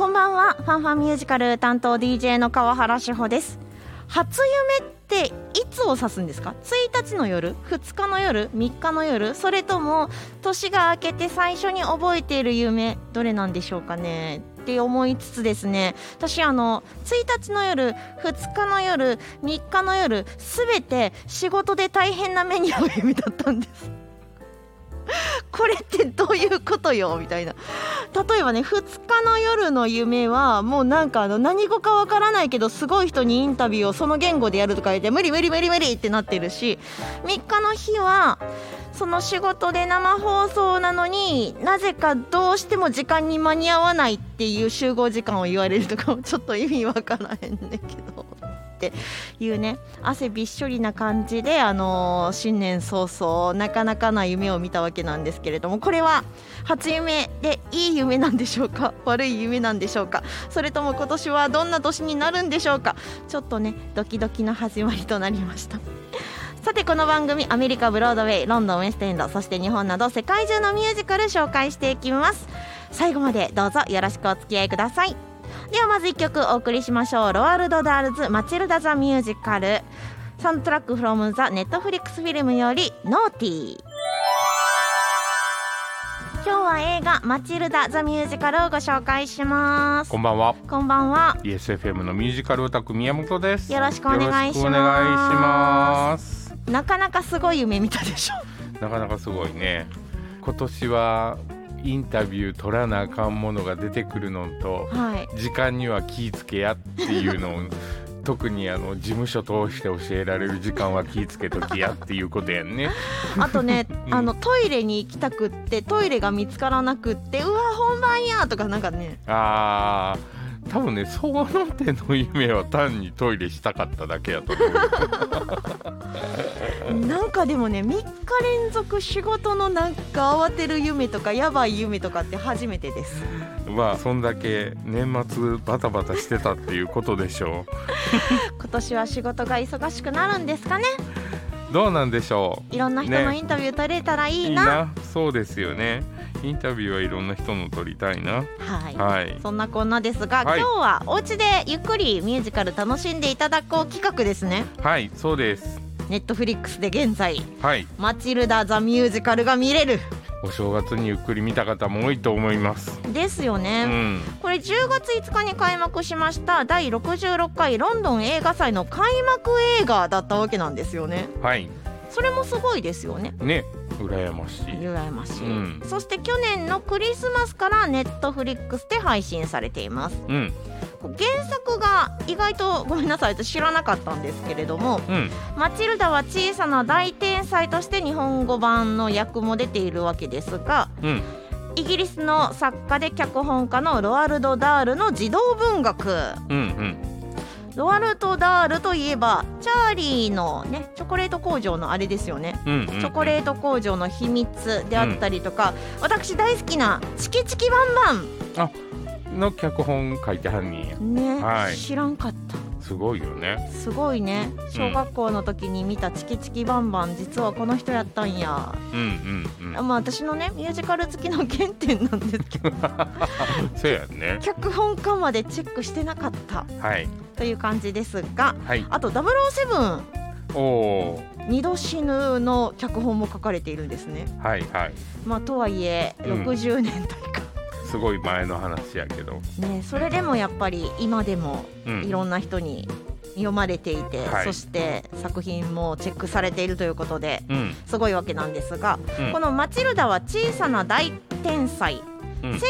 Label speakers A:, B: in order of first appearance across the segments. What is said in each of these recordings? A: ファンファンミュージカル担当 DJ の川原志保です初夢っていつを指すんですか1日の夜2日の夜3日の夜それとも年が明けて最初に覚えている夢どれなんでしょうかねって思いつつですね私あの1日の夜2日の夜3日の夜すべて仕事で大変な目に遭う夢だったんですこれってどういうことよみたいな例えばね2日の夜の夢はもうなんかあの何語かわからないけどすごい人にインタビューをその言語でやるとか言って無理無理無理無理ってなってるし3日の日はその仕事で生放送なのになぜかどうしても時間に間に合わないっていう集合時間を言われるとかもちょっと意味わからへんねんけど。っていうね汗びっしょりな感じで、あのー新年早々なかなかな夢を見たわけなんですけれどもこれは初夢でいい夢なんでしょうか 悪い夢なんでしょうかそれとも今年はどんな年になるんでしょうかちょっとねドキドキの始まりとなりました。さてこの番組アメリカブロードウェイロンドンウェストエンドそして日本など世界中のミュージカル紹介していきます最後までどうぞよろしくお付き合いくださいではまず1曲お送りしましょうロワルド・ダールズ・マチルダ・ザ・ミュージカルサントラック・フロム・ザ・ネットフリックス・フィルムより「ノーティー」今日は映画「マチルダ・ザ・ミュージカル」をご紹介します
B: こんばんは。
A: こんばんは
B: ESFM のミュージカルオタク宮本です。
A: よろしくお願いします
B: よろくお願いします
A: なかなかすごい夢見たでしょ
B: なかなかすごいね。今年はインタビュー取らなあかんものが出てくるのと、
A: はい
B: 時間には気ぃつけやっていうのを 特にあの事務所通して教えられる時間は気ぃつけときや っていうことやんね。
A: あとね
B: 、うん
A: あのトイレに行きたくってトイレが見つからなくってうわ本番やとかなんかね
B: あー多分ね総合論点の夢は単にトイレしたかっただけやと思う
A: なんかでもね3日連続仕事のなんか慌てる夢とかやばい夢とかって初めてです
B: まあそんだけ年末バタバタしてたっていうことでしょ
A: 今年は仕事が忙しくなるんですかね
B: うどうなんでしょう
A: いろんな人の
B: ね
A: インタビュー取れたらいいな,、
B: そうですよねインタビューはいろんな人の撮りたいな
A: はい、
B: はい
A: そんなこんなですが、
B: はい
A: 今日はお家でゆっくりミュージカル楽しんでいただこう企画ですね
B: はいそうです
A: ネットフリックスで現在
B: はい
A: マチルダ・ザ・ミュージカルが見れる
B: お正月にゆっくり見た方も多いと思います
A: ですよね、
B: うん
A: これ10月5日に開幕しました第66回ロンドン映画祭の開幕映画だったわけなんですよね
B: はい
A: それもすごいですよね
B: ね羨ましい
A: 羨ましい、
B: うん
A: そして去年のクリスマスからネットフリックスで配信されています
B: うん
A: 原作が意外とごめんなさい私知らなかったんですけれども
B: うん
A: マチルダは小さな大天才として日本語版の役も出ているわけですが
B: うん
A: イギリスの作家で脚本家のロアルド・ダールの児童文学
B: うんうん
A: ロアルト・ダールといえばチャーリーのねチョコレート工場のあれですよね、
B: うんうん
A: チョコレート工場の秘密であったりとか、私大好きな「チキチキバンバン
B: の脚本書いてはんねんや」
A: ね、
B: はい
A: 知らんかった
B: すごいよね
A: すごいね小学校の時に見た「チキチキバンバン」実はこの人やったんや、
B: うんうんう
A: まあ私のねミュージカル好きの原点なん ですけど
B: んそうやんね
A: 脚本家までチェックしてなかった
B: はい
A: という感じですが
B: はい
A: あと007
B: おおー
A: 二度死ぬの脚本も書かれているんですね
B: はいはい
A: まあ、とはいえ
B: うん
A: 60年代 か、
B: すごい前の話やけど
A: ね、それでもやっぱり今でも
B: うん
A: いろんな人に読まれていて、
B: はい
A: そして作品もチェックされているということで
B: うん
A: すごいわけなんですが、
B: うん
A: この「マチルダは小さな大天才」
B: うん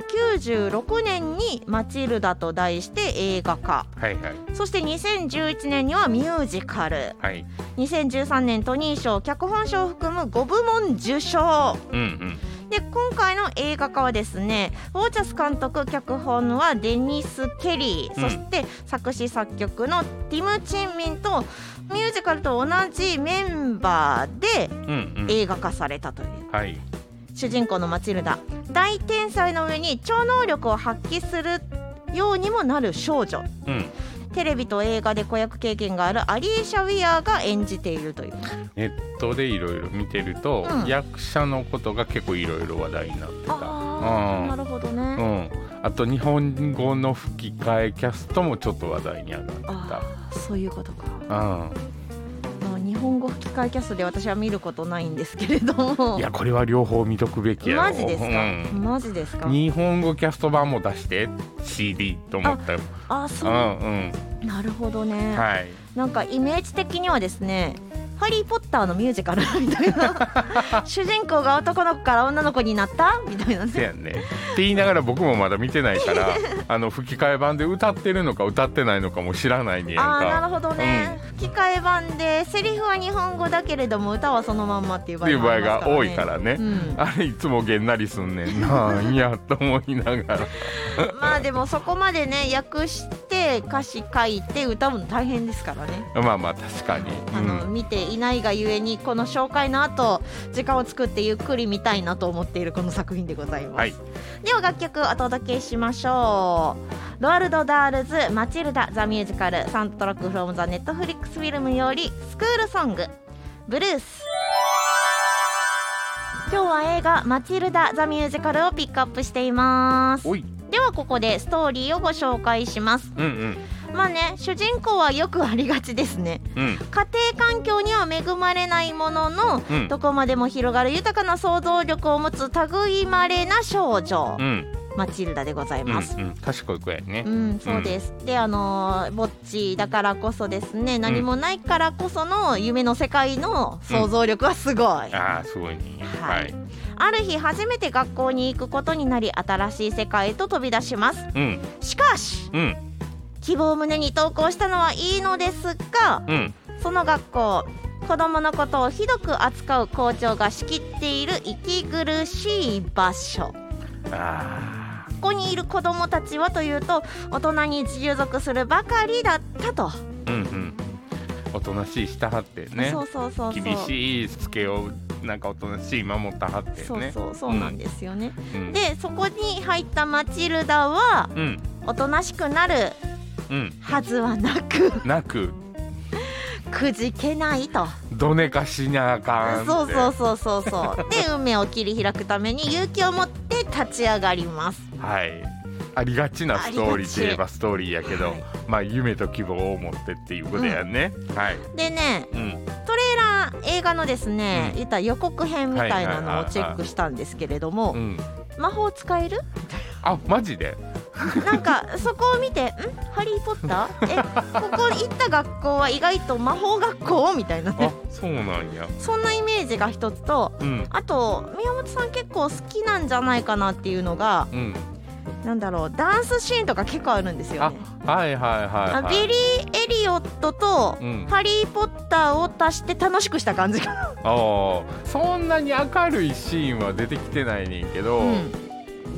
A: 1996年に「マチルダ」と題して映画化
B: はいはい
A: そして2011年にはミュージカル
B: はい
A: 2013年トニー賞脚本賞を含む5部門受賞
B: うんうん
A: で今回の映画化はですねウォーチャス監督脚本はデニス・ケリー、
B: う
A: そ
B: ん
A: して作詞作曲のティム・チンミンとミュージカルと同じメンバーで
B: うんうん
A: 映画化されたという、
B: はい
A: 主人公のマチルダ大天才の上に超能力を発揮するようにもなる少女
B: うん
A: テレビと映画で子役経験があるアリーシャ・ウィアーが演じているという
B: ネットでいろいろ見てると、
A: うん
B: 役者のことが結構いろいろ話題になってた。
A: あーなるほどね、
B: うん、あと日本語の吹き替えキャストもちょっと話題に上がっ
A: あーそういうことか
B: た、
A: まあ日本語吹き替えキャストで私は見ることないんですけれど
B: うん、
A: も
B: いやこれは両方見とくべきやろ
A: マジですか、
B: うん
A: マジですか
B: 日本語キャスト版も出して CD と思ったよ
A: あそうう、
B: ん
A: なるほど
B: う
A: ね、
B: んはい
A: なんかイメージ的にはですね「ハリー・ポッター」のミュージカルみたいな 主人公が男の子から女の子になったみたいな
B: せ
A: ね
B: やんねって言いながら僕もまだ見てないから あの吹き替え版で歌ってるのか歌ってないのかも知らないねやん
A: あー
B: か
A: なるほどね、吹き替え版でセリフは日本語だけれども歌はそのまんまっていう
B: っ
A: 場
B: てい
A: 合
B: う
A: も
B: 場
A: あ
B: 合
A: ります
B: が
A: から、ね、
B: 多いからね、
A: うん
B: あれいつもげんなりす んねんなんやと思いながら
A: まあでもそこまでね訳して歌詞書いて歌うの大変ですからね
B: まあまあ確かに、
A: あの、
B: うん
A: 見ていないがゆえにこの紹介の後時間を作ってゆっくり見たいなと思っているこの作品でございます、
B: はい
A: では楽曲お届けしましょうロアルド・ダールズ「マチルダ・ザ・ミュージカル」サウンドトラックフロムザ・ネットフリックスフィルムよりスクールソング「ブルース」今日は映画「マチルダ・ザ・ミュージカル」をピックアップしています
B: おい
A: ではここでストーリーをご紹介します
B: うんうん
A: まあね主人公はよくありがちですね
B: うん
A: 家庭環境には恵まれないものの、
B: うん
A: どこまでも広がる豊かな想像力を持つ類まれな少女、
B: うん
A: マチルダでござい
B: うん
A: ます。
B: うん賢い子やね
A: うん、そうです。で、あのーぼっちだからこそですね、何もないからこその夢の世界の想像力はすごい。
B: ああすごいね
A: は
B: はいい
A: ある日初めて学校に行くことになり、新しい世界へと飛び出します。
B: うん
A: しかし、
B: うん
A: 希望を胸に投稿したのはいいのですが、
B: うん
A: その学校子供のことをひどく扱う校長が仕切っている息苦しい場所
B: あ
A: ここにいる子供たちはというと大人に従属するばかりだったと、
B: あうんうんおとなしいしたはってね
A: そうそうそうそう
B: 厳しいしつけをなんかおとなしい守ったはってね
A: そうそうそうなんですよね、
B: うん
A: でそこに入ったマチルダは
B: うん
A: おとなしくなる
B: うん
A: はずはなく
B: なく
A: くじけないと
B: どねかしなあかんって
A: そうそうそうそうそうで運命を切り開くために勇気を持って立ち上がります
B: はいありがちなストーリーといえばストーリーやけ
A: は
B: ど、
A: い
B: まあ夢と希望を持ってっていうことやね、はい、
A: でね
B: うん、
A: トレーラー映画のですね、
B: うん
A: 言ったら予告編みたいなのをチェックしたんですけれども、
B: うん、
A: 魔法使える
B: あマジで
A: なんかそこを見て「んハリー・ポッタ ーえここ行った学校は意外と魔法学校?」みたいな
B: あ
A: ね
B: そうなんや
A: そんなイメージが一つと
B: うん
A: あと宮本さん結構好きなんじゃないかなっていうのが
B: うん
A: なんだろうダンスシーンとか結構あるんですよ
B: あ
A: ね。
B: はいはいはい、はい、
A: ビリー・エリオットと、
B: うん
A: ハリー・ポッターを足して楽しくした感じが、
B: ああそんなに明るいシーンは出てきてないねんけど、
A: うん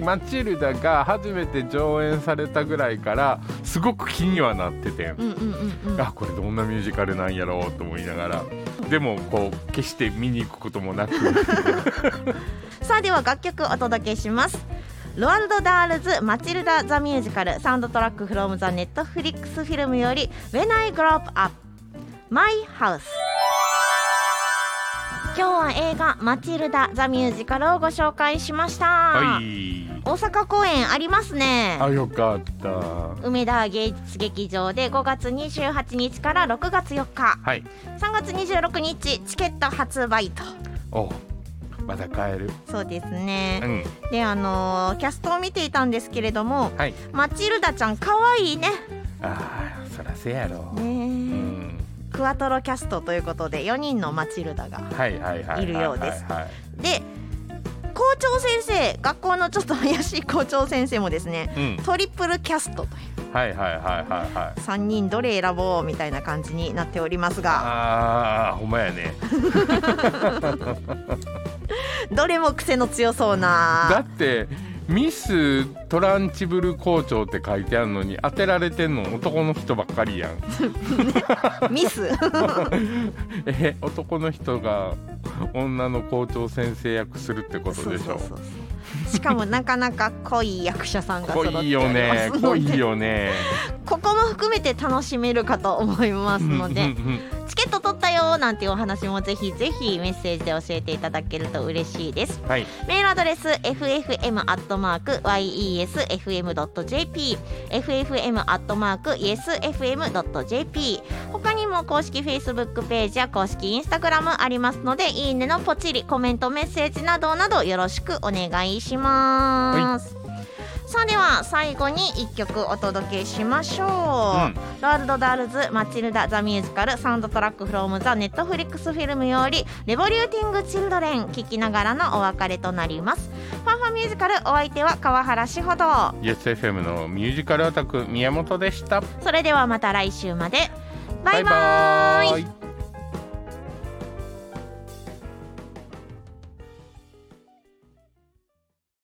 B: マチルダが初めて上演されたぐらいからすごく気にはなってて、
A: うんうんうんうん、
B: あこれどんなミュージカルなんやろうと思いながらでもこう決して見に行くこともなく
A: さあでは楽曲お届けしますロアルド・ダールズ「マチルダ・ザ・ミュージカル」サウンドトラックフロムザ・ネットフリックスフィルムより「When I Grow Up」「My House」今日は映画「マチルダ・ザ・ミュージカル」をご紹介しました、
B: はい
A: 大阪公演ありますね
B: あよかったは
A: 梅田芸術劇場で5月28日から6月4日
B: い
A: 3月26日チケット発売と
B: おまだ帰る
A: そうですね
B: うん
A: であのーキャストを見ていたんですけれども
B: はい
A: マチルダちゃん可愛いね
B: あーそらせやろ、う
A: ね
B: ん、
A: クワトロキャストということで4人のマチルダが
B: はいはいはいはいはい
A: いるようです
B: はい
A: で校長先生学校のちょっと怪しい校長先生もですね
B: うん
A: トリプルキャストという
B: はいはいはいはいはい
A: 3人どれ選ぼうみたいな感じになっておりますが
B: あーほんまやね
A: どれも癖の強そう
B: だ
A: な
B: ってミストランチブル校長って書いてあるのに当てられてんの男の人ばっかりやん
A: ミス
B: え男の人が女の校長先生役するってことでしょ
A: そうしかもなかなか濃い役者さんが
B: 濃
A: 揃ってお
B: い
A: り
B: よ
A: ま
B: ね
A: すので
B: 濃いよね
A: ここも含めて楽しめるかと思いますの
B: うん
A: で
B: うんうん
A: チケット取ったよなんていうお話もぜひぜひメッセージで教えていただけると嬉しいです
B: はい
A: メールアドレス ffm.yesfm.jp ffm.yesfm.jp 他にも公式 Facebook ページや公式 Instagram ありますのでいいねのポチリコメントメッセージなどなどよろしくお願いします、さあでは最後に1曲お届けしましょう、ロールド・ダールズ・マチルダ・ザ・ミュージカルサウンドトラック・フローム・ザ・ネットフリックスフィルムより「レボリューティング・チルドレン」聴きながらのお別れとなりますファンファンミュージカルお相手は川原志ほど
B: YesFM のミュージカルアタック宮本でした
A: それではまた来週までバイバイ
B: バイバーイ